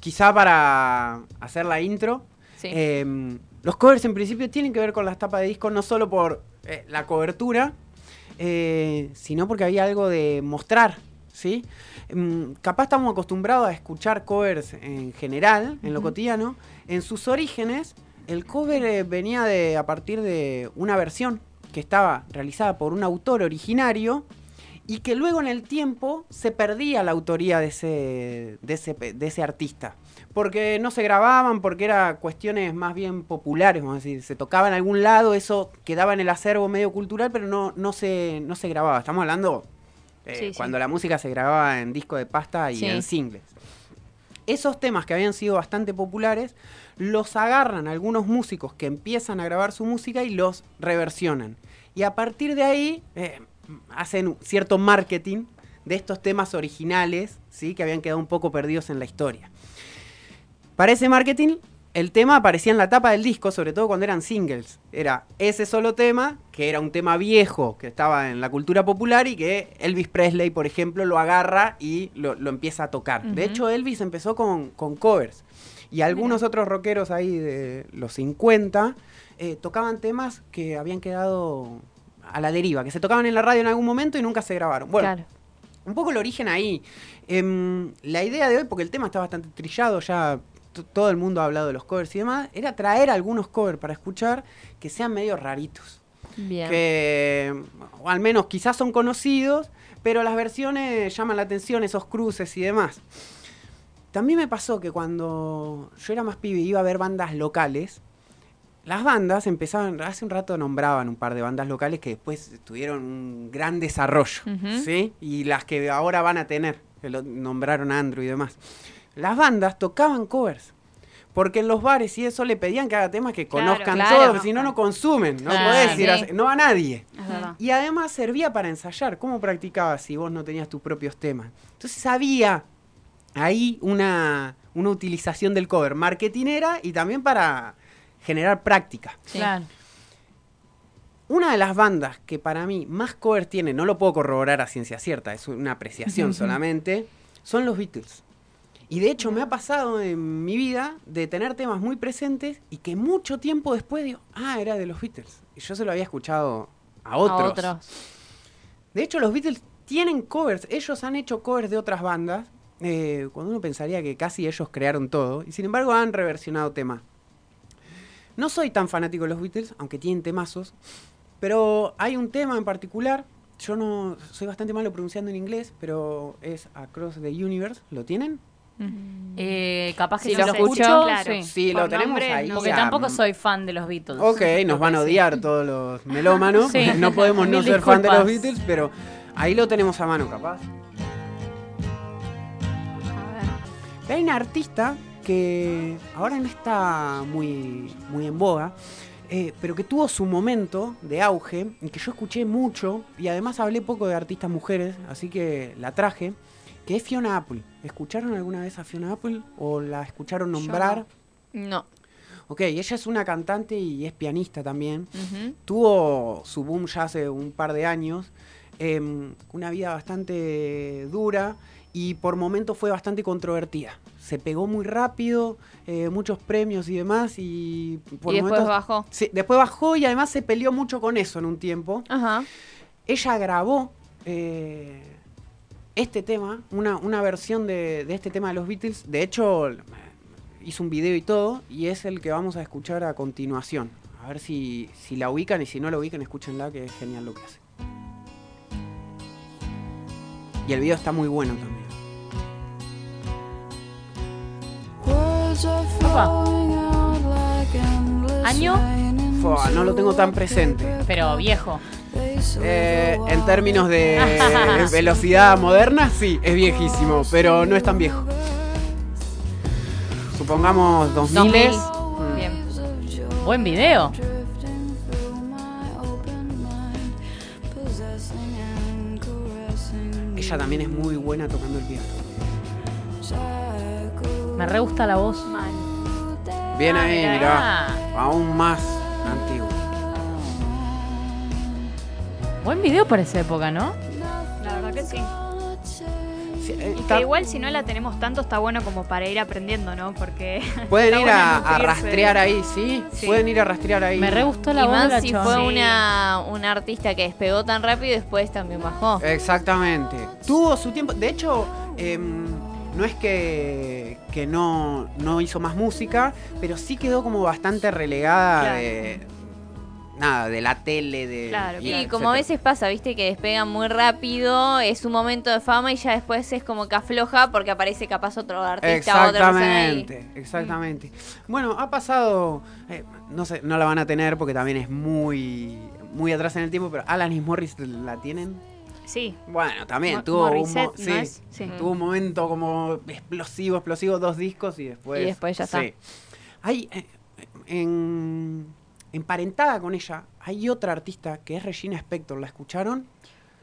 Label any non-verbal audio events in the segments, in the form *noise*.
quizá para hacer la intro. Sí. Eh, los covers en principio tienen que ver con las tapas de disco, no solo por eh, la cobertura, eh, sino porque había algo de mostrar, ¿sí? Mm, capaz estamos acostumbrados a escuchar covers en general, en lo Ujú. cotidiano. En sus orígenes, el cover eh, venía de, a partir de una versión que estaba realizada por un autor originario y que luego en el tiempo se perdía la autoría de ese, de ese, pe- de ese artista. Porque no se grababan, porque eran cuestiones más bien populares, vamos a decir, se tocaba en algún lado, eso quedaba en el acervo medio cultural, pero no, no, se, no se grababa. Estamos hablando eh, Sí, sí. cuando la música se grababa en disco de pasta y Sí. en singles. Esos temas que habían sido bastante populares, los agarran algunos músicos que empiezan a grabar su música y los reversionan. Y a partir de ahí eh, hacen un cierto marketing de estos temas originales, ¿sí? que habían quedado un poco perdidos en la historia. Para ese marketing, el tema aparecía en la tapa del disco, sobre todo cuando eran singles. Era ese solo tema, que era un tema viejo, que estaba en la cultura popular y que Elvis Presley, por ejemplo, lo agarra y lo, lo empieza a tocar. De Ujú. hecho, Elvis empezó con, con covers. Y algunos otros rockeros ahí de los 50 eh, tocaban temas que habían quedado a la deriva, que se tocaban en la radio en algún momento y nunca se grabaron. Bueno, claro. un poco el origen ahí. Em, la idea de hoy, porque el tema está bastante trillado, ya t- todo el mundo ha hablado de los covers y demás, era traer algunos covers para escuchar que sean medio raritos. Bien. Que, o al menos quizás son conocidos, pero las versiones llaman la atención, esos cruces y demás. También me pasó que cuando yo era más pibe y iba a ver bandas locales, las bandas empezaban, hace un rato nombraban un par de bandas locales que después tuvieron un gran desarrollo, Ujú. ¿sí? Y las que ahora van a tener, que lo nombraron a Andrew y demás. Las bandas tocaban covers, porque en los bares y eso le pedían que haga temas que Claro, conozcan claro. todos, si no, no consumen, no Claro. podés ir a- Sí. no va nadie. Es verdad. Y además servía para ensayar. ¿Cómo practicabas si vos no tenías tus propios temas? Entonces había ahí una, una utilización del cover marketinera y también para generar práctica. Sí. Claro. Una de las bandas que para mí más cover tiene, no lo puedo corroborar a ciencia cierta, es una apreciación solamente, son los Beatles. Y de hecho me ha pasado en mi vida de tener temas muy presentes y que mucho tiempo después digo, ah, era de los Beatles. Y yo se lo había escuchado a A otros. otros. De hecho, los Beatles tienen covers. Ellos han hecho covers de otras bandas. eh, cuando uno pensaría que casi ellos crearon todo. Y sin embargo han reversionado temas. No soy tan fanático de los Beatles, aunque tienen temazos. Pero hay un tema en particular. Yo no soy bastante malo pronunciando en inglés, pero es Across the Universe. ¿lo tienen? Eh, capaz que Si si lo lo escucho, escucho, claro. sí. Sí, Por lo tenemos nombre, ahí. no. Porque Ya, tampoco mm. soy fan de los Beatles. Ok, nos van a odiar todos los melómanos. Sí. *laughs* No podemos no Mil ser fan de los disculpas. Beatles, pero ahí lo tenemos a mano, capaz. Hay una artista que ahora no está muy, muy en boga, eh, pero que tuvo su momento de auge y que yo escuché mucho y además hablé poco de artistas mujeres, así que la traje, que es Fiona Apple. ¿Escucharon alguna vez a Fiona Apple o la escucharon Yo nombrar? No. Ok, ella es una cantante y es pianista también Ujú. tuvo su boom ya hace un par de años, em, una vida bastante dura y por momentos fue bastante controvertida. Se pegó muy rápido, eh, muchos premios y demás y por y después momentos- bajó. Sí, después bajó y además se peleó mucho con eso en un tiempo. Ajá. Ella grabó eh, este tema, una, una versión de, de este tema de los Beatles. De hecho, hizo un video y todo, y es el que vamos a escuchar a continuación. A ver si, si la ubican y si no la ubican, escúchenla, que es genial lo que hace. Y el video está muy bueno también. Año, Fua, no lo tengo tan presente. pero viejo. Eh, en términos de *laughs* velocidad moderna, sí, es viejísimo, pero no es tan viejo. Supongamos 2000. 2000. Mm. Bien. Buen video. Ella también es muy buena tocando el piano. Me re gusta la voz. Bien Ah, ahí, mirá. mirá. Aún más antiguo. Buen video para esa época, ¿no? La verdad que sí. Sí, eh, Y está- que igual si no la tenemos tanto está bueno como para ir aprendiendo, ¿no? Porque *laughs* Pueden está ir bueno a, a nutrirse. rastrear ahí, ¿sí? Sí. Pueden ir a rastrear ahí. Me re gustó Y la voz de más la si fue chabona. Sí. una, una artista que despegó tan rápido y después también bajó. Exactamente. Tuvo su tiempo. De hecho, em, no es que, que no, no hizo más música, pero sí quedó como bastante relegada Claro. de. Nada, de la tele, de. Claro, Y Eh, etcétera. como a veces pasa, viste, que despegan muy rápido, es un momento de fama y ya después es como que afloja porque aparece capaz otro artista o otra persona ahí. Exactamente, exactamente. Bueno, ha pasado, eh, no sé, no la van a tener porque también es muy, muy atrás en el tiempo, pero Alanis Morris la tienen. Sí. Bueno, también Mo- tuvo un, Morissette, mo- ¿no sí, es? Sí. tuvo un momento como explosivo, explosivo, dos discos y después. Y después ya está. sí. Hay, eh, en, emparentada con ella, hay otra artista que es Regina Spector, ¿la escucharon?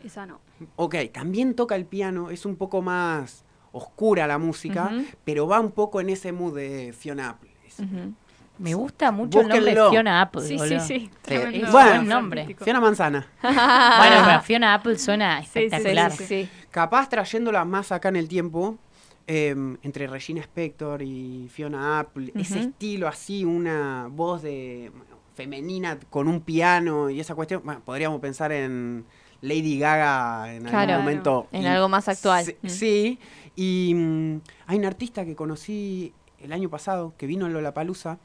Esa no. Ok, también toca el piano, es un poco más oscura la música, Ujú. pero va un poco en ese mood de Fiona Apple. Es- Ujú. Me gusta mucho el nombre Búsquenlo. Fiona Apple. Sí, sí, Pues boludo. sí. Eh, Tremendo. bueno, buen nombre. artístico. Fiona Manzana. Bueno, Ah. pero Fiona Apple suena sí, sí, espectacular. sí, Sí. Capaz trayéndola más acá en el tiempo, eh, entre Regina Spector y Fiona Apple, ese Ujú. estilo así, una voz de femenina con un piano y esa cuestión, bueno, podríamos pensar en Lady Gaga en Claro. algún momento. En Y- algo más actual. Sí, Mm. sí, y mm, hay un artista que conocí el año pasado, que vino en Lollapalooza,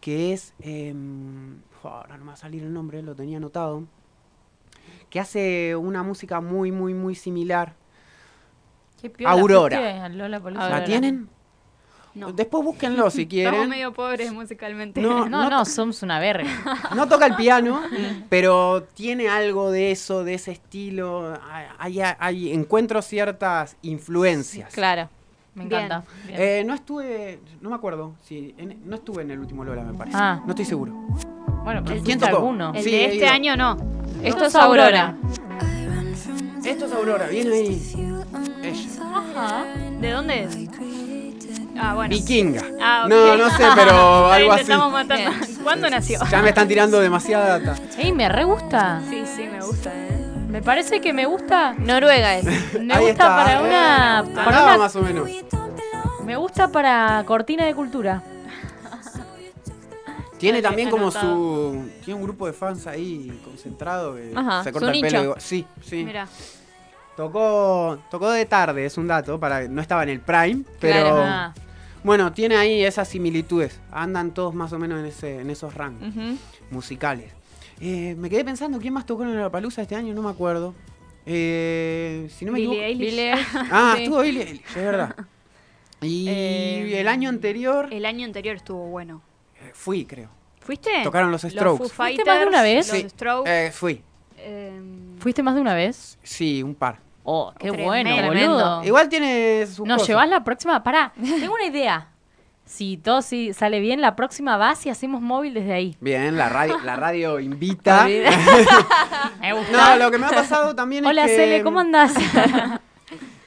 que es, em, jo, ahora no me va a salir el nombre, lo tenía anotado, que hace una música muy, muy, muy similar Qué piola, Aurora. ¿fuiste a Lollapalooza? ¿La Ahora. tienen? No. Después búsquenlo si Estamos quieren. medio pobres musicalmente. No, *laughs* No, no, no, somos *laughs* una verga. no toca el piano, eh, pero tiene algo de eso, de ese estilo. Ah, Hay, hay- hay- encuentro ciertas influencias. Claro. Me Bien. encanta. Bien. Eh, no estuve, no me acuerdo, si en- no estuve en el último Lola, me parece. Ah. No estoy seguro. Bueno, pero ¿Quién fuiste a tocó? alguno. *laughs* El Sí, de he este ido. año no. Esto es Aurora. Esto es Aurora, viene ahí. Ella. ¿De dónde es? Ah, bueno. Vikinga. Ah, ok. No, no sé, pero *laughs* Está bien, algo te así. Estamos matando. *laughs* ¿Cuándo nació? Ya me están tirando demasiada data. Ey, me re gusta. Sí, sí, me gusta. Me parece que me gusta. Noruega es. Me Ahí gusta está, para eh. una. para Andaba una- más o menos. me gusta para cortina de cultura. Tiene Dale, también como anotado. su. Tiene un grupo de fans ahí concentrado que Ajá, se corta su el pelo. nicho. igual. Sí, sí. Mira, Tocó, tocó de tarde, es un dato, para no estaba en el Prime, pero Claro, Ah, bueno, tiene ahí esas similitudes. Andan todos más o menos en, ese, en esos rangos musicales. Eh, me quedé pensando, ¿quién más tocó en la palusa este año? No me acuerdo. Eh, si no me Billie equivoco- *laughs* Eilish. Billie- Ah, Sí. estuvo Billie Eilish, es verdad. Y Eh, el año anterior El año anterior estuvo bueno. eh, fui, creo. ¿Fuiste? Tocaron los Los Foo Strokes. ¿Fuiste Fighters, más de una vez? Los Sí, Strokes. eh, fui, em, ¿Fuiste más de una vez? sí, un par. Oh, qué Tremendo. bueno, Tremendo. boludo. Igual tiene su Nos llevas la próxima. *laughs* Pará, tengo una idea. Si todo si sale bien, la próxima vas y hacemos móvil desde ahí. Bien, la radio, la radio invita. Me gusta. No, lo que me ha pasado también Hola, es que... Cele, ¿cómo andás?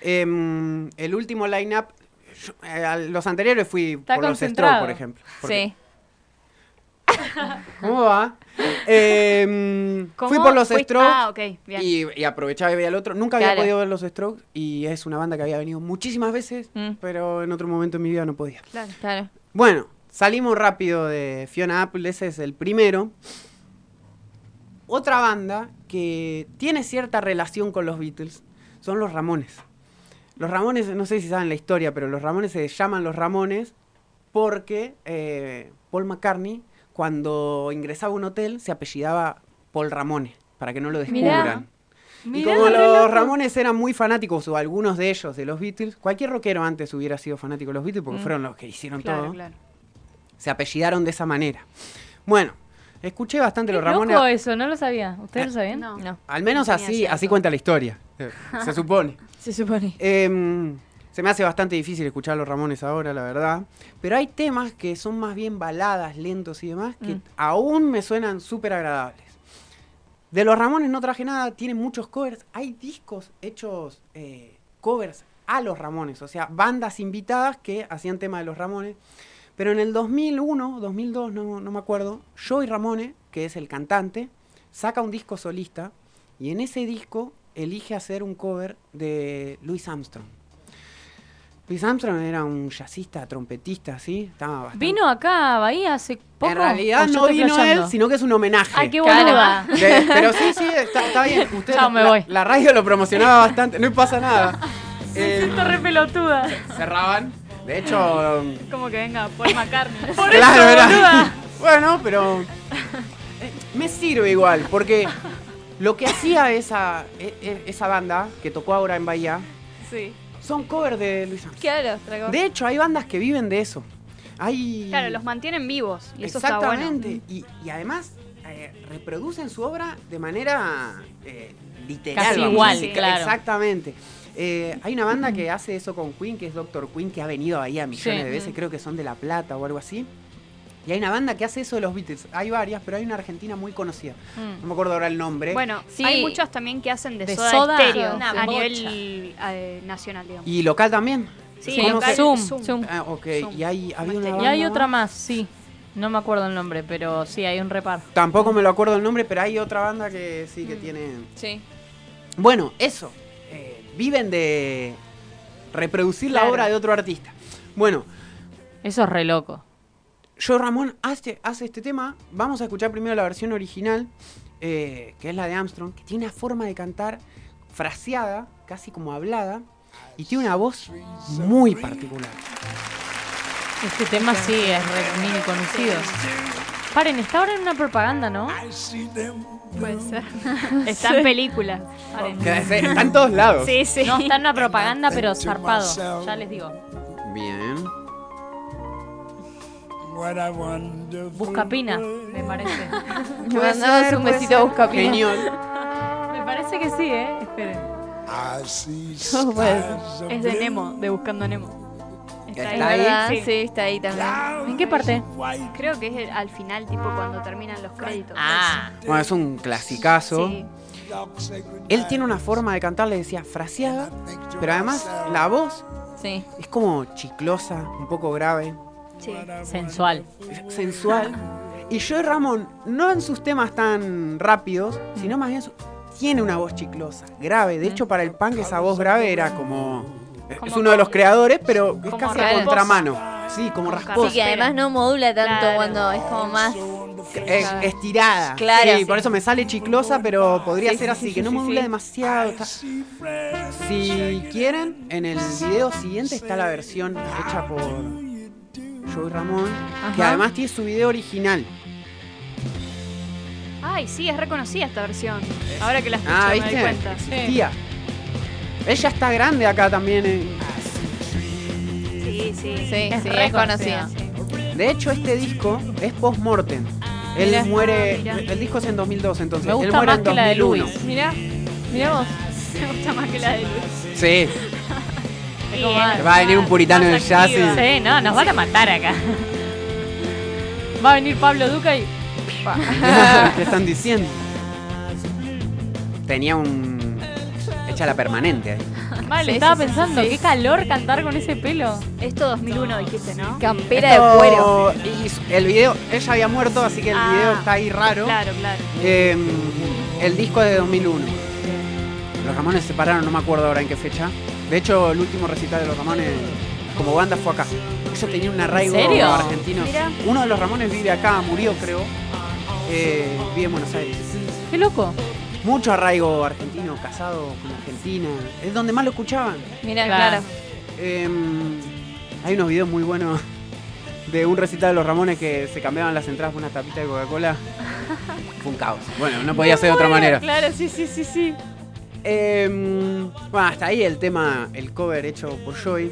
em, el último line-up, yo, eh, a los anteriores fui Está por los concentrado. Strokes, *laughs* por ejemplo. Porque- Sí. ¿Cómo va? Em, fui ¿cómo por los fuiste? Strokes Ah, ok, bien. y, y aprovechaba y veía al otro. Nunca había Claro. podido ver los Strokes y es una banda que había venido muchísimas veces, Mm. pero en otro momento de mi vida no podía. Claro. Claro. Bueno, salimos rápido de Fiona Apple, ese es el primero. Otra banda que tiene cierta relación con los Beatles son los Ramones. Los Ramones, no sé si saben la historia, pero los Ramones se llaman los Ramones porque eh, Paul McCartney, cuando ingresaba a un hotel, se apellidaba Paul Ramone, para que no lo Mirá. descubran. *laughs* Y *laughs* Mirá, como re los loco. Ramones eran muy fanáticos, o algunos de ellos, de los Beatles, cualquier rockero antes hubiera sido fanático de los Beatles, Mm. porque fueron los que hicieron todo Claro, claro. se apellidaron de esa manera. Bueno, escuché bastante Qué los Ramones. loco eh. eso, no lo sabía. ¿Ustedes lo sabían? No. No. Al menos No tenía así, acento. así cuenta la historia. eh, *laughs* se supone. Se supone. Em, se me hace bastante difícil escuchar a los Ramones ahora, la verdad. Pero hay temas que son más bien baladas, lentos y demás, que Mm. aún me suenan súper agradables. De los Ramones no traje nada, tienen muchos covers. Hay discos hechos eh, covers a los Ramones, o sea, bandas invitadas que hacían tema de los Ramones. Pero en el 2001, 2002, no, no me acuerdo, Joey Ramone, que es el cantante, saca un disco solista y en ese disco elige hacer un cover de Louis Armstrong. Louis Armstrong era un jazzista, trompetista, ¿sí? Estaba bastante... ¿Vino acá a Bahía hace poco? En realidad ¿O yo no estoy vino él, flasheando? sino que es un homenaje. Ay, qué Claro. boluda. De- pero sí, sí, está, está *laughs* bien. Usted, Chao, me la, voy. la radio lo promocionaba bastante, no pasa *laughs* nada. Eh, re pelotuda. cerraban. De hecho, Como que venga Paul McCartney. *laughs* claro, era- *laughs* Bueno, pero eh, me sirve igual, porque lo que hacía esa, e- e- esa banda que tocó ahora en Bahía Sí. son covers de Luis Armstrong. Claro, tragó. De hecho, hay bandas que viven de eso. Hay... Claro, los mantienen vivos. Y eso está bueno. Exactamente. Y, y además eh, reproducen su obra de manera eh, literal. Casi vamos a igual, decir. claro. Exactamente. Eh, hay una banda que hace eso con Queen, que es Doctor Queen, que ha venido ahí a millones Sí. de veces, creo que son de La Plata o algo así. Y hay una banda que hace eso de los Beatles. Hay varias, pero hay una argentina muy conocida. Mm. No me acuerdo ahora el nombre. Bueno, Sí. hay muchos también que hacen de, De soda, Soda, estéreo una bocha. a nivel eh, nacional, digamos. Y local también. Sí, Sí, ¿Cómo local, se- Zoom. Zoom. Ah, ok. Son- Y hay, había una Y hay banda otra más. más, sí. No me acuerdo el nombre, pero sí, hay un reparo. Tampoco me lo acuerdo el nombre, pero hay otra banda que sí Mm. que tiene... Sí. Bueno, eso. eh, viven de reproducir la Claro. obra de otro artista. Bueno, Eso es re loco. yo Ramón hace, hace este tema. Vamos a escuchar primero la versión original, eh, que es la de Armstrong, que tiene una forma de cantar fraseada, casi como hablada, y tiene una voz muy particular. Este tema sí es re mini conocido. Paren, está ahora en una propaganda, ¿no? Puede ser. Está en películas. Vale. Que *laughs* se- Está en todos lados. Sí, sí. No, está en una propaganda, pero zarpado. Ya les digo. Bien. Busca Pina, me parece. Le mandamos un besito a Buscapina. Genial. Me parece que sí, ¿eh? Esperen. *laughs* *laughs* Es de Nemo, de Buscando Nemo. Está Es ahí. verdad, Sí. sí, está ahí también. ¿En qué parte? Creo que es el- al final, tipo cuando terminan los créditos. Ah. Bueno, es un clasicazo. Sí. Él tiene una forma de cantar, le decía, fraseada, pero además la voz Sí. Es como chiclosa, un poco grave, Sí. Sensual. es sensual. Y Joey Ramón, no en sus temas tan rápidos, sino más bien su- tiene una voz chiclosa, grave. De hecho, para el punk esa voz grave era como... es- Es Como uno de los creadores, pero es como casi a rasposa. contramano. Sí, como Como rasposa. Sí, que además no modula tanto Claro. cuando es como más. Es- eh, estirada. Claro. Sí, por eso me sale chiclosa, pero podría ser así, que no modula sí. demasiado. está- Si quieren, en el video siguiente está la versión hecha por Joey Ramón, que Ajá. además tiene su video original. Ay, sí, es reconocida esta versión. Ahora que la escucho Ah, me doy ¿viste? cuenta. Tía. Ella está grande acá también. eh. Sí, sí. Sí, Es sí, re es conocida. conocida. De hecho, este disco es post-mortem. Él Mirá. muere. Mirá. El disco es en 2002, entonces. Ah, Me Él gusta muere más en que la de 2001. Luis. Mirá, mirá vos. *laughs* Me gusta más que la de Luis. *laughs* Sí. *laughs* Es como más- Va a venir un puritano del jazz y- Sí, no, nos van a matar acá. Va a venir Pablo Duca y. ¿Qué están diciendo? Tenía un. Hecha la permanente. ahí. Vale, Sí, estaba sí, sí, pensando, sí. qué calor cantar con ese pelo. Esto 2001 dijiste, ¿no? Campera de cuero. Y su- el video. Ella había muerto, así que el Ah, video está ahí raro. Claro, claro. Eh, el disco es de 2001. Los Ramones se separaron, no me acuerdo ahora en qué fecha. De hecho, el último recital de los Ramones como banda fue acá. Ellos tenían un arraigo ¿En serio? argentino. Mirá. Uno de los Ramones vive acá, murió creo. Eh, vive en Buenos Aires. Qué loco. Mucho arraigo argentino, casado con Argentina. Es donde más lo escuchaban. Mirá, Claro. claro. Eh, hay unos videos muy buenos de un recital de los Ramones que se cambiaban las entradas por una tapita de Coca-Cola. Fue un caos. Bueno, no podía ser de otra manera. Claro, sí, sí, sí, sí. Eh, bueno, hasta ahí el tema, el cover hecho por Joy.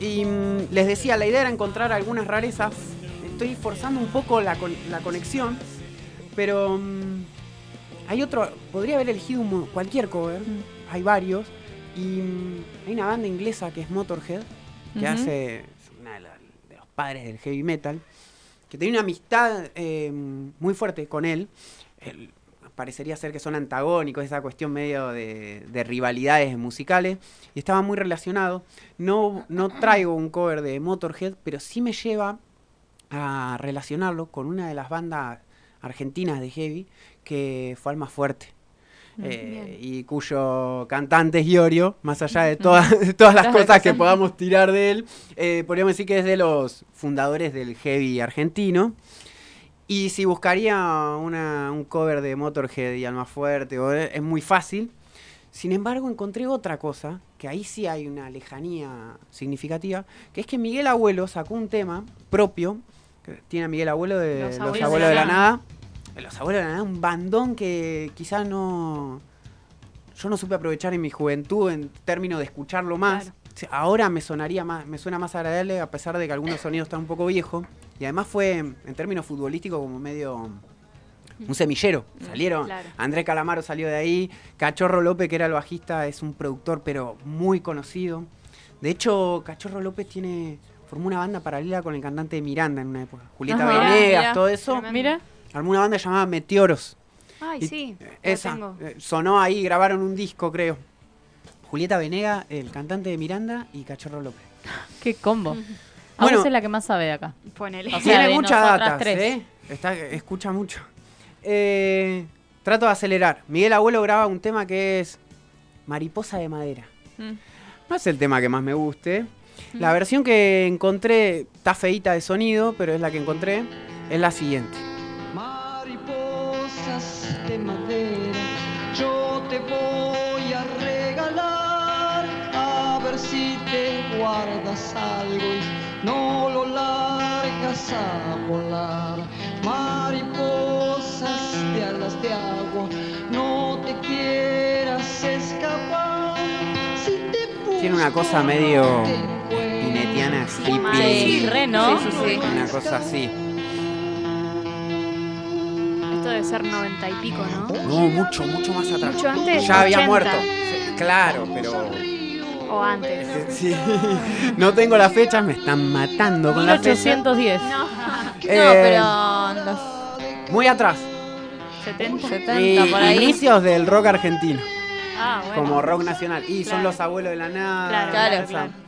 Y mm, les decía, la idea era encontrar algunas rarezas. Estoy forzando un poco la, con- la conexión, pero mm, hay otro. Podría haber elegido un mo- cualquier cover, hay varios. Y mm, hay una banda inglesa que es Motorhead, que Ujú. hace. es una de, la- de los padres del heavy metal, que tenía una amistad eh, muy fuerte con él. Él- parecería ser que son antagónicos, esa cuestión medio de, de rivalidades musicales, y estaba muy relacionado. No, no traigo un cover de Motorhead, pero sí me lleva a relacionarlo con una de las bandas argentinas de heavy que fue Alma Fuerte. eh, y cuyo cantante es Iorio, más allá de *laughs* todas, de todas las cosas que podamos tirar de él, eh, podríamos decir que es de los fundadores del heavy argentino. Y si buscaría una- un cover de Motorhead y Almafuerte, o- eh, es muy fácil. Sin embargo, encontré otra cosa, que ahí sí hay una lejanía significativa, que es que Miguel Abuelo sacó un tema propio, que tiene a Miguel Abuelo de Los, Abuelos, de la Nada. De Los Abuelos de la Nada, un bandón que quizás no... Yo no supe aprovechar en mi juventud en términos de escucharlo más. Claro. O sea, Ahora me sonaría más, me suena más agradable a pesar de que algunos sonidos están un poco viejos. Y además fue, en términos futbolísticos, como medio un semillero. Salieron. Mm, claro. Andrés Calamaro salió de ahí. Cachorro López, que era el bajista, es un productor, pero muy conocido. De hecho, Cachorro López tiene. formó una banda paralela con el cantante de Miranda en una época. Julieta Ajá. Venegas, Mirá, todo eso. tremendo. Mira, Armó una banda llamada Meteoros. Ay, Y- sí. eh, lo Esa. tengo. eh, Sonó ahí, grabaron un disco, creo. Julieta Venegas, el cantante de Miranda y Cachorro López. qué combo. A Bueno. vos es la que más sabe de acá. Ponele. O sea, Tiene de muchas nosotras datas, tres. ¿eh? Está- escucha mucho. Eh, trato de acelerar. Miguel Abuelo graba un tema que es Mariposa de Madera. Mm. No es el tema que más me guste. La versión que encontré está feita de sonido, pero es la que encontré. Es la siguiente. Mariposas de madera, yo te voy a regalar, a ver si te guardas algo y no lo largas a volar. Mariposas de alas de agua, no te quieras escapar. Si te Tiene una cosa busco, medio no te encuentro. Pinetiana, Sí, hippie. re, ¿no? Sí, sí, sí. Una cosa así. Esto debe ser noventa y pico, ¿no? No, mucho, mucho más atrás. Mucho antes, ya había 80. muerto. Sí, Claro, pero. O antes. Sí. No tengo las fechas, me están matando con las fechas. 1810. No, Eh, pero en los Muy atrás. 70. 70 Y por ahí. Inicios del rock argentino, Ah, bueno. como rock nacional. Y son Claro. los abuelos de la nada. Claro, Claro. claro, claro.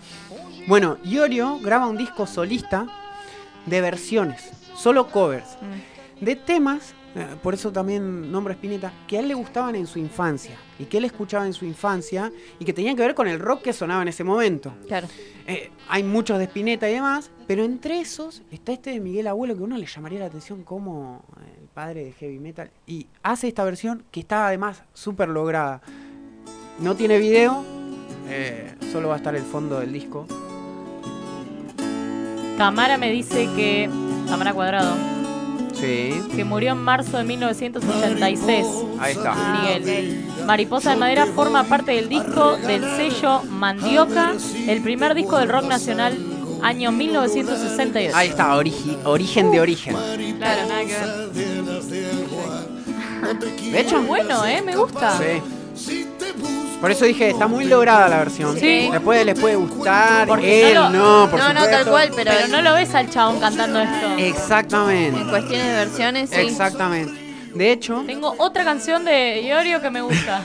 Bueno, Iorio graba un disco solista de versiones, solo covers, Mm. de temas, eh, por eso también nombro a Spinetta, que a él le gustaban en su infancia y que él escuchaba en su infancia y que tenían que ver con el rock que sonaba en ese momento. Claro. Eh, hay muchos de Spinetta y demás, pero entre esos está este de Miguel Abuelo que uno le llamaría la atención como eh, el padre de heavy metal. Y hace esta versión que está además súper lograda. No tiene video, eh, solo va a estar el fondo del disco. Tamara me dice que. Tamara Cuadrado. Sí, Que murió en marzo de 1986. ahí está. Miguel. Mariposa de Madera forma parte del disco del sello Mandioca, el primer disco del rock nacional, año 1968. Ahí está, origi- origen de origen. Claro, nada que ver. *laughs* De hecho, Bueno, ¿eh? Me gusta. Sí. Por eso dije, está muy lograda la versión. Sí. Después les puede gustar, Porque él no no, lo- por no, no, supuesto. tal cual, pero, Pero no lo ves al chabón cantando Eh. esto. en Exactamente. cuestiones de versiones, sí. Exactamente. De hecho, Tengo otra canción de Iorio que me gusta.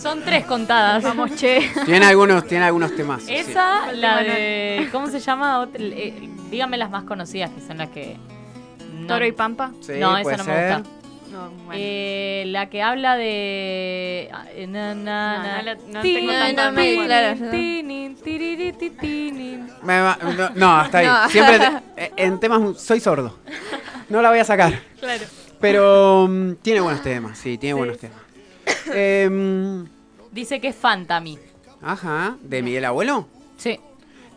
Son tres contadas. Vamos, che. tiene algunos, tiene algunos temas. sí. Esa, la de. ¿Cómo se llama? Ot- eh, Dígame las más conocidas, que son las que. no- Toro y Pampa. Sí, No, esa puede no me ser. gusta. No, bueno. Eh, la que habla de. ah, eh, na, na, No, na. no la- no Tin, tengo tanto tin, en memoria. claro, yo no. tinin, tiriritiritinin. Me va- no, no, hasta ahí. No. Siempre te- eh, en temas soy sordo. No la voy a sacar. Claro. Pero mm, tiene buenos temas, sí, tiene buenos temas. Em, Dice que es Fantami. ajá, de Miguel Abuelo. Sí.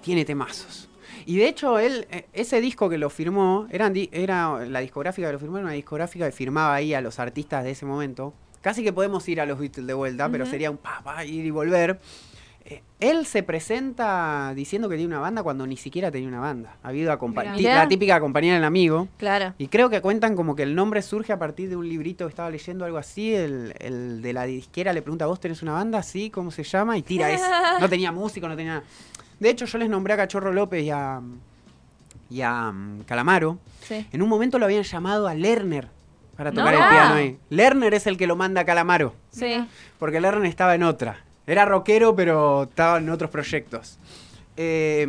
tiene temazos. Y de hecho, él, eh, ese disco que lo firmó, eran di- era la discográfica que lo firmó, era una discográfica que firmaba ahí a los artistas de ese momento. Casi que podemos ir a los Beatles de vuelta, pero sería un pa, pa, ir y volver. Eh, él se presenta diciendo que tiene una banda cuando ni siquiera tenía una banda. Ha habido acompa- Mirá. ti- la típica compañía del amigo. Claro. Y creo que cuentan como que el nombre surge a partir de un librito que estaba leyendo, algo así. El, el de la disquera le pregunta, ¿vos tenés una banda? Sí, ¿cómo se llama? Y tira *laughs* eso. No tenía músico, no tenía nada. De hecho, yo les nombré a Cachorro López y a, y a um, Calamaro. Sí. En un momento lo habían llamado a Lerner para No. tocar el Ah. piano ahí. Lerner es el que lo manda a Calamaro, Sí. porque Lerner estaba en otra. Era rockero, pero estaba en otros proyectos. Eh,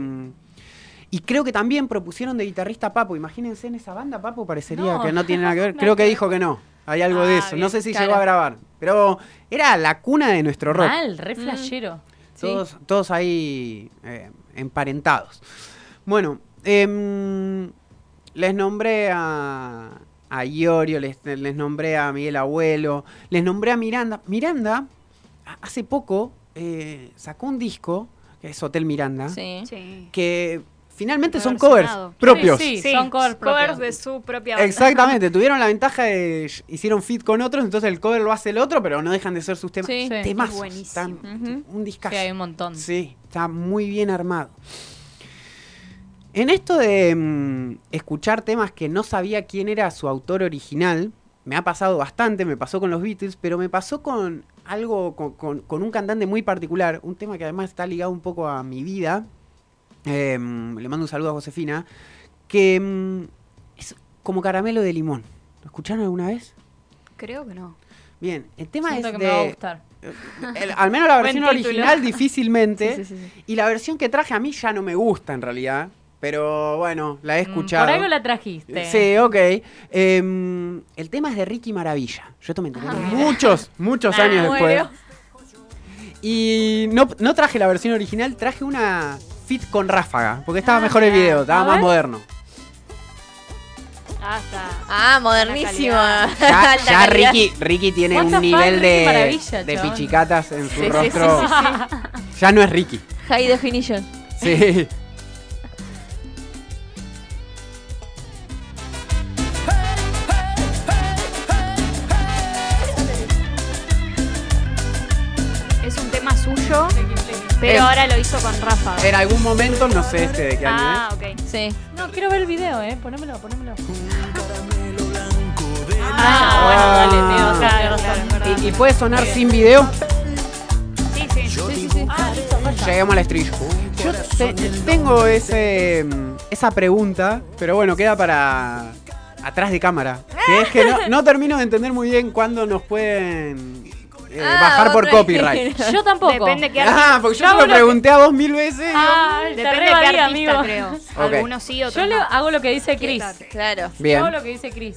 y creo que también propusieron de guitarrista a Papo. Imagínense en esa banda, Papo parecería No. que no tiene nada que ver. No. Creo que dijo que no. Hay algo de Ah, eso. No bien, sé si claro. llegó a grabar. Pero era la cuna de nuestro rock. Mal, Mm. re flashero. Todos, todos ahí eh, emparentados. Bueno, em, les nombré a, a Iorio, les, les nombré a Miguel Abuelo, les nombré a Miranda. Miranda, a- hace poco, eh, sacó un disco, que es Hotel Miranda, Sí. Sí. que finalmente son covers Reversionado. propios. Sí, son covers propios. de su propia banda. Exactamente, tuvieron la ventaja de sh- hicieron fit con otros, entonces el cover lo hace el otro, pero no dejan de ser sus temas. Sí. Sí. Temazos, Buenísimo. están- Ujú. un discazo. Sí, hay un montón. Sí, está muy bien armado. En esto de mm, escuchar temas que no sabía quién era su autor original, me ha pasado bastante, me pasó con los Beatles, pero me pasó con algo, con, con- con un cantante muy particular, un tema que además está ligado un poco a mi vida. Eh, mm, le mando un saludo a Josefina, que mm, es como caramelo de limón. ¿Lo escucharon alguna vez? Creo que no. Bien, el tema Siento es que de, me va a gustar. el- al menos la Buen versión título. original difícilmente. Sí, sí, sí, Y la versión que traje a mí ya no me gusta en realidad. Pero bueno, la he Mm, escuchado. Por algo la trajiste. Sí, ok. Em, el tema es de Ricky Maravilla. Yo esto me enteré muchos, muchos Ah, años después. muero. Y no, no traje la versión original, traje una fit con ráfaga. Porque estaba Ah, mejor el mirá. video, estaba A más ver. moderno. Ah, está. Ah, modernísimo. Buena *laughs* Ya, Alta ya calidad. Ricky, Ricky tiene What the un fuck, nivel Ricky de, Maravilla, de chabón. pichicatas en su Sí, sí, rostro. sí, Ya no es Ricky. High definition. Sí. Es un tema suyo, pero Es- ahora lo hizo con Rafa. En algún momento, no sé este de qué año es. Ah, ok. Sí. No, quiero ver el video, eh. Ponémelo, ponémelo. Ah. Ah, bueno, dale, tío. Claro, claro, es Ah. verdad. Y, y puede sonar sin video, Sí, sí, sí, sí, sí. lleguemos al estribillo. Yo te- tengo ese, mm, esa pregunta, pero bueno, queda para atrás de cámara. Que es que *laughs* no, no termino de entender muy bien cuándo nos pueden eh, Ah, bajar por otra copyright. vez. Yo tampoco. Depende qué *laughs* artista. Ah, porque yo te lo No, no, pregunté a vos mil veces. Ah, te Depende qué revalía, artista, amigo. creo. Ok. Algunos sí, otros Yo le no. hago lo que dice Chris. Claro. Bien, Yo hago lo que dice Chris.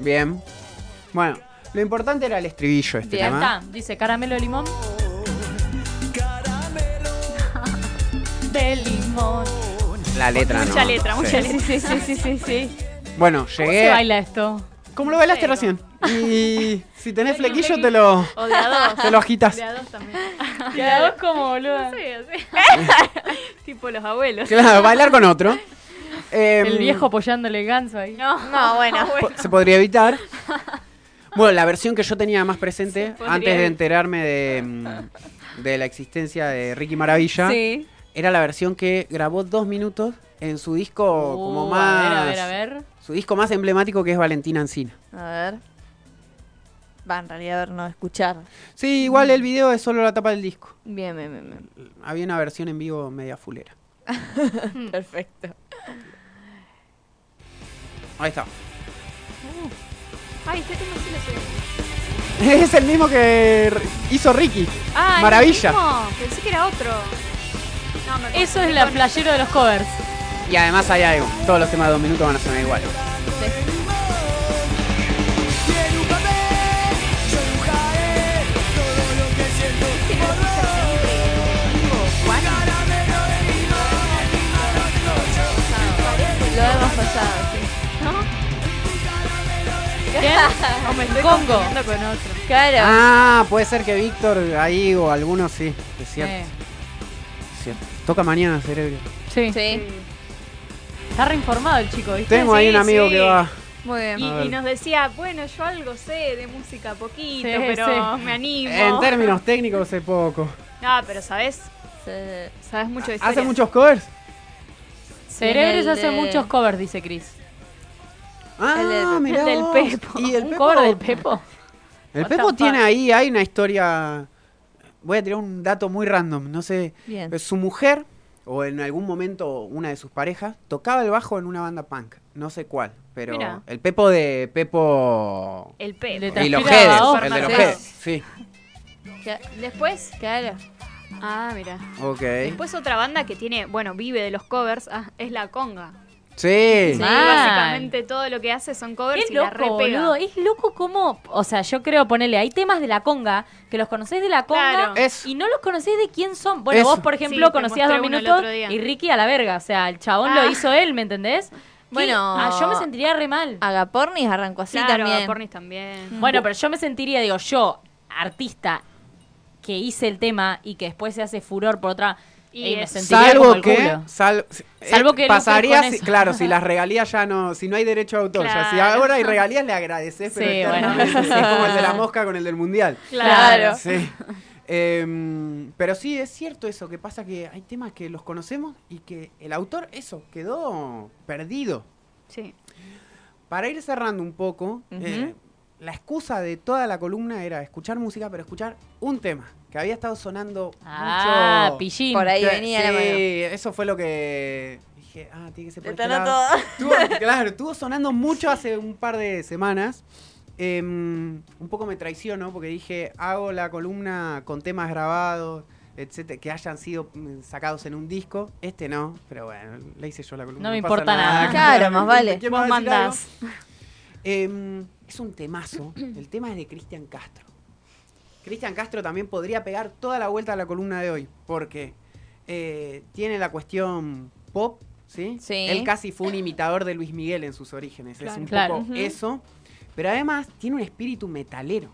bien. Bueno, lo importante era el estribillo este Ya tema. está. Dice caramelo de limón. De limón. La letra, Mucha ¿no? letra, mucha Sí, letra. sí, sí, sí, sí, sí. Bueno, ¿Cómo se llegué. baila esto? Como lo bailaste recién. Y *laughs* si tenés flequillo, te lo, O de a *laughs* dos. te lo agitas. De a dos también. Y la dos como, boluda. Sí, así. *laughs* tipo los abuelos. Claro, bailar con otro. Em, El viejo apoyándole el ganso ahí. No, no bueno. po- se podría *laughs* evitar. Bueno, la versión que yo tenía más presente podría antes de evitar. enterarme de, mm, de la existencia de Ricky Maravilla Sí. era la versión que grabó dos minutos en su disco como Uh, más A ver, a ver, a ver. su disco más emblemático que es Valentina Encina. A ver. Va, en realidad, a ver, no, escuchar. Sí, Mm. igual el video es solo la tapa del disco. Bien, bien, bien, bien. Había una versión en vivo media fulera. Perfecto. Ahí está. Ay, este tema sí lo *laughs* sé. Es el mismo que r- hizo Ricky. Ah, ¿es el Maravilla. mismo? Pensé que era otro. No, me Eso es confundí la con- playero de los covers. Y además hay algo. Todos los temas de dos minutos van a sonar iguales. Lo hemos pasado, sí. ¿Bien? No, me estoy Congo. confundiendo con otro. Claro. Ah, puede ser que Víctor ahí o algunos sí. Es cierto, Eh, es cierto. Toca mañana, cerebro. sí. Sí. Está reinformado el chico, ¿viste? Tengo ahí sí, un amigo sí. que va. Muy bien. A Y, ver. y nos decía, bueno, yo algo sé de música poquito, Sí, pero me animo. En términos técnicos, sé poco. No, pero sabes, Se- sabes mucho de historia. ¿Hace muchos covers? Cerebres El hace de- muchos covers, dice Chris. El del- Ah, el mirá. El del vos. Pepo. Y el ¿Un Pepo. cover del Pepo? El What the Pepo fuck? tiene ahí, hay una historia. Voy a tirar un dato muy random, no sé. Bien. Su mujer, o en algún momento una de sus parejas, tocaba el bajo en una banda punk. No sé cuál, pero. Mirá. El Pepo de Pepo. El P. Le Y los transpiraba Jedes, ojo. el de los Sí. Jedes. Sí. Ya- Después, claro. Ah, mira. Ok. Después otra banda que tiene, bueno, vive de los covers, ah, es La Conga. Sí. Sí, Mal. básicamente todo lo que hace son covers Es y la loco, repega. boludo. Es loco como. O sea, yo creo, ponele, hay temas de la conga que los conocés de la conga Claro. Eso. y no los conocés de quién son. Bueno, Eso. vos, por ejemplo, Sí, te conocías mostré dos uno el minutos otro día. y Ricky a la verga. O sea, el chabón Ah. lo hizo él, ¿me *laughs* entendés? ¿Qué? Bueno. Ah, yo me sentiría re mal. Ah. Agapornis arrancó así Claro, también. Pornis también. Bueno, pero yo me sentiría, digo, yo, artista, que hice el tema y que después se hace furor por otra. Y eh, me es- sentiría como Salvo el que, culo. sal- Salvo que lucres pasaría, con si- eso. claro, *laughs* si las regalías ya no, si no hay derecho de autor, ya, si Claro. ahora hay regalías le agradeces, pero Sí, bueno. eternamente. es como el *laughs* de la mosca con el del mundial. Claro. Sí. Em, pero sí, es cierto eso, que pasa que hay temas que los conocemos y que el autor, eso, quedó perdido. Sí. Para ir cerrando un poco, Ujú. eh, la excusa de toda la columna era escuchar música, pero escuchar un tema que había estado sonando Ah, mucho. pillín. Por ahí Sí, venía la mano. Sí, eso fue lo que dije, ah, tiene que ser por este Detonó lado. todo. *laughs* Estuvo- claro, estuvo sonando mucho hace un par de semanas. Em, un poco me traiciono porque dije, hago la columna con temas grabados, etcétera, que hayan sido mm, sacados en un disco. Este no, pero bueno, la hice yo la columna. No me pasa importa nada. Claro, más vale. ¿Quién va a Vos decir algo? mandás. Em, es un temazo. El tema es de Cristian Castro. Cristian Castro también podría pegar toda la vuelta a la columna de hoy, porque eh, tiene la cuestión pop, ¿sí? Sí. Él casi fue un imitador de Luis Miguel en sus orígenes, es Claro. un Claro. poco Ujú. eso, pero además tiene un espíritu metalero.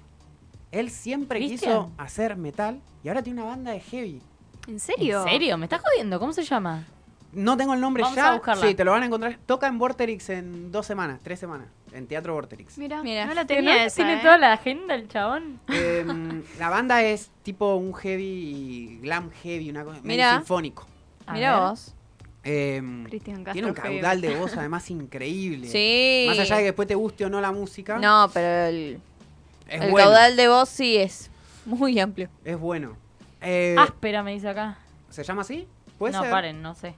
Él siempre Cristian. quiso hacer metal y ahora tiene una banda de heavy. ¿En ¿En serio? serio? ¿Me estás jodiendo? ¿Cómo se llama? No tengo el nombre Vamos ya. a buscarla. Sí, te lo van a encontrar. Toca en Vorterix en dos semanas, tres semanas, en Teatro Vorterix. *laughs* Mira, Mira. no la Que tenía no esa, tiene ¿eh? toda la agenda el chabón. Em, la banda es tipo un heavy, glam heavy, una cosa medio Mirá. sinfónico. A Mira ver. vos. Em, Cristian Castro. tiene un heavy. caudal de voz además increíble. Sí. Más allá de que después te guste o no la música, No, pero el, es, el bueno, caudal de voz sí es muy amplio. es bueno. Eh, Áspera, me dice acá. ¿Se llama así? ¿Puede Ah. No, ser? paren, no sé.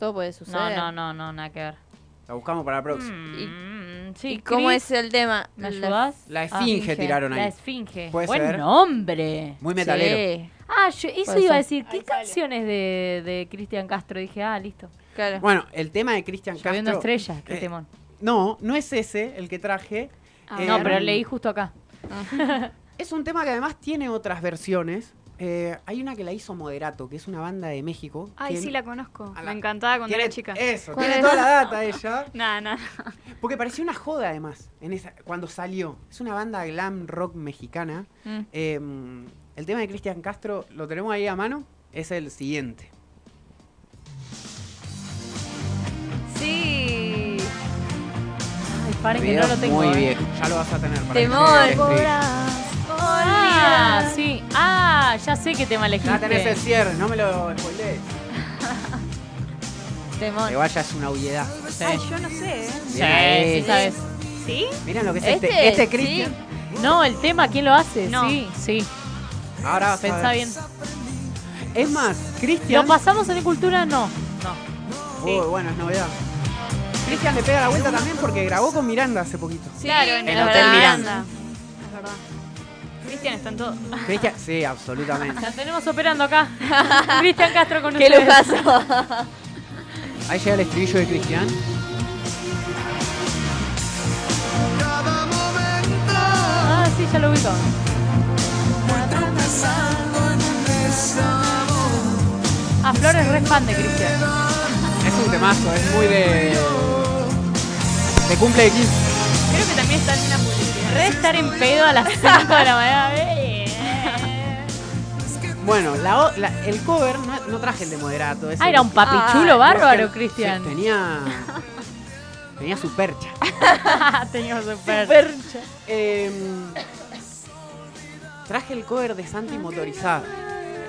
Todo puede No, suceder. no, no, no, nada que ver. La buscamos para la próxima. Mm, sí, ¿Y cómo Cris, es el tema? ¿Me La- ayudás? La Ah, esfinge Esfinge. tiraron la ahí. esfinge. Puede Buen ser. nombre. Muy metalero. Sí, Ah, yo eso Puede iba a ser. decir. ¿Qué canciones de, de Cristian Castro? Dije, ah, listo. claro. Bueno, el tema de Cristian Lloviendo Castro. estrellas, qué eh, temón. No, no es ese el que traje. Ah, no, Em, pero leí justo acá. Es un tema que además tiene otras versiones. Eh, hay una que la hizo Moderato, que es una banda de México. Ay, que- sí la conozco. A la- Me encantaba cuando tiene, eh, era chica. Eso, ¿Cuál tiene es? toda la data ella. Nada, nada. Porque parecía una joda además, en esa, cuando salió. Es una banda glam rock mexicana. Mm. Eh, el tema de Cristian Castro, lo tenemos ahí a mano, es el siguiente. Sí. Ay, paren que Video no lo tengo. muy eh. viejo. Ya lo vas a tener. para que Temor. te lo describas. Ah, sí. Ah, ya sé qué tema elegiste. Ya tenés el cierre, no me lo spoilees. Temón. Que vaya es una obviedad. Sí, Ay, yo no sé. ¿eh? sí, Bien. sí sabes. ¿Sí? Miren lo que es Este, este. Este sí. Cristian. No, el tema, ¿quién lo hace? No. Sí, sí. Ahora vas a Pensá ver. bien. Es más, ¿Lo Cristian. pasamos en cultura? No. No. Uy, bueno, es novedad. Cristian le pega la vuelta también porque grabó con Miranda hace *laughs* poquito. Sí, Claro, en El la Hotel Miranda. Es verdad. Cristian está en todo. Cristian, sí, absolutamente. La tenemos operando acá. *laughs* Cristian Castro con ¿Qué ustedes. le *laughs* pasó? Ahí llega el estribillo de Cristian. Ah, sí, ya lo ubico. Ah, Flor es re fan de Cristian. Es un temazo, es muy de. de cumple de 15. Creo que también está en una publicidad. Re estar en pedo a las 5 de la mañana. Eh. Bueno, la o- la- el cover no, no traje el de moderato. ese Ah, era un que- papichulo Ah, bárbaro, que- Cristian. sí, Tenía. tenía su *laughs* percha. Ah, Tenía super. Em, traje el cover de Santi Motorizada.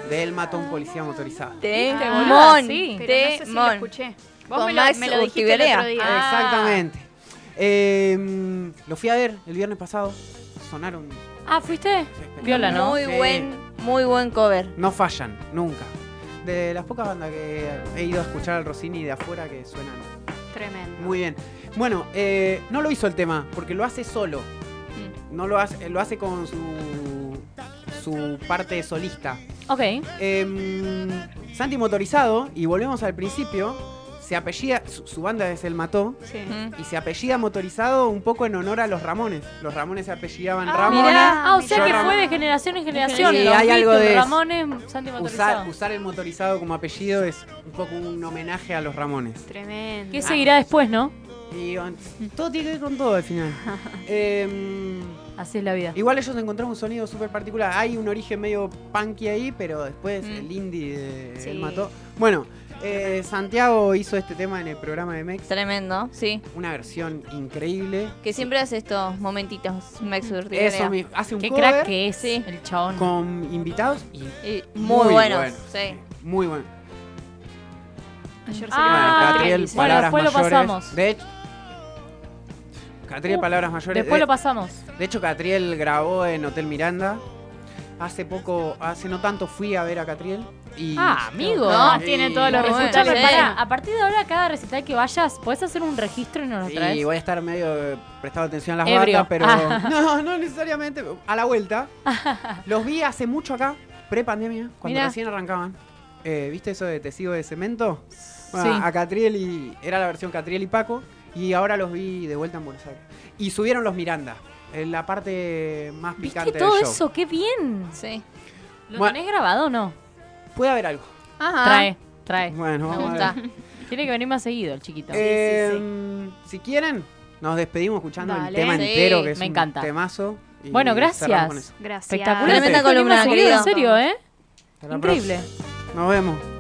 De Él mató a un policía motorizado. Temón. sí. Pero no sé si lo Temón. escuché. Con Vos me lo, Max me lo dijiste el Urtiberea. otro día. Ah. Exactamente. Em, lo fui a ver el viernes pasado. Sonaron. Ah, ¿fuiste? Viola, ¿no? Muy Sí. buen, muy buen cover. No fallan, nunca. De las pocas bandas que he ido a escuchar al Rossini de afuera que suenan Tremendo. Muy bien. Bueno, eh, no lo hizo el tema, porque lo hace solo. Mm. No lo hace, lo hace con su, su parte solista. Ok. Em, Santi Motorizado, y volvemos al principio, se apellida, su, su banda es El Mató, Sí. Mm. y se apellida motorizado un poco en honor a los Ramones. Los Ramones se apellidaban Ah, Ramones. Mirá, ah, o sea Yo que Ram- fue de generación en generación. Sí, Los hay algo Beatles, de eso. Ramones, Santi Motorizado. Usar, usar el motorizado como apellido es un poco un homenaje a los Ramones. Tremendo. ¿Qué seguirá después, no? Y bueno, todo tiene que ver con todo al *laughs* final. Em, Así es la vida. Igual ellos encontraron un sonido súper particular. Hay un origen medio punky ahí, pero después Mm. el indie de Sí. él mató. Bueno, eh, Santiago hizo este tema en el programa de Mex. Tremendo, sí. Una versión increíble. Que siempre hace estos momentitos, Max Urticaria. Eso mismo. Hace un Qué cover crack que es Sí. el chabón. con invitados y Y muy, buenos, sí. Muy bueno. Ayer salió Ah, bueno, una Catriel, peli, sí. bueno, palabras después lo mayores. pasamos. De hecho, Catriel, Uh, palabras mayores. Después De- lo pasamos. De hecho, Catriel grabó en Hotel Miranda. Hace poco, hace no tanto fui a ver a Catriel. Y Ah, amigo. No, y- tiene todos los Muy bueno. Escuchame, Sí. pará, a partir de ahora cada recital que vayas, ¿podés hacer un registro y nos lo traes? Sí, voy a estar medio eh, prestado atención a las Ebrio. Ah. barcas, pero. *laughs* No, no necesariamente. A la vuelta. *laughs* Los vi hace mucho acá, pre-pandemia, cuando Mirá. recién arrancaban. Eh, ¿Viste eso de tecido de cemento? Bueno, Sí. A Catriel y. Era la versión Catriel y Paco. Y ahora los vi de vuelta en Buenos Aires. Y subieron los Miranda. En la parte más ¿Viste picante todo del show. eso? ¡Qué bien! Sí. ¿Lo Bueno. tenés grabado o no? Puede haber algo. Ajá. Trae, trae. Bueno, Ah. Me vamos a ver. gusta. Tiene que venir más seguido el chiquito. Eh, Si quieren, nos despedimos escuchando el Dale. tema Sí, entero, que es me un encanta. temazo. y Bueno, gracias. cerramos con eso. Gracias. Espectacular. Tremenda Qué lindo columna, sonido, querido. En serio, ¿eh? Hasta la Increíble. próxima. Nos vemos.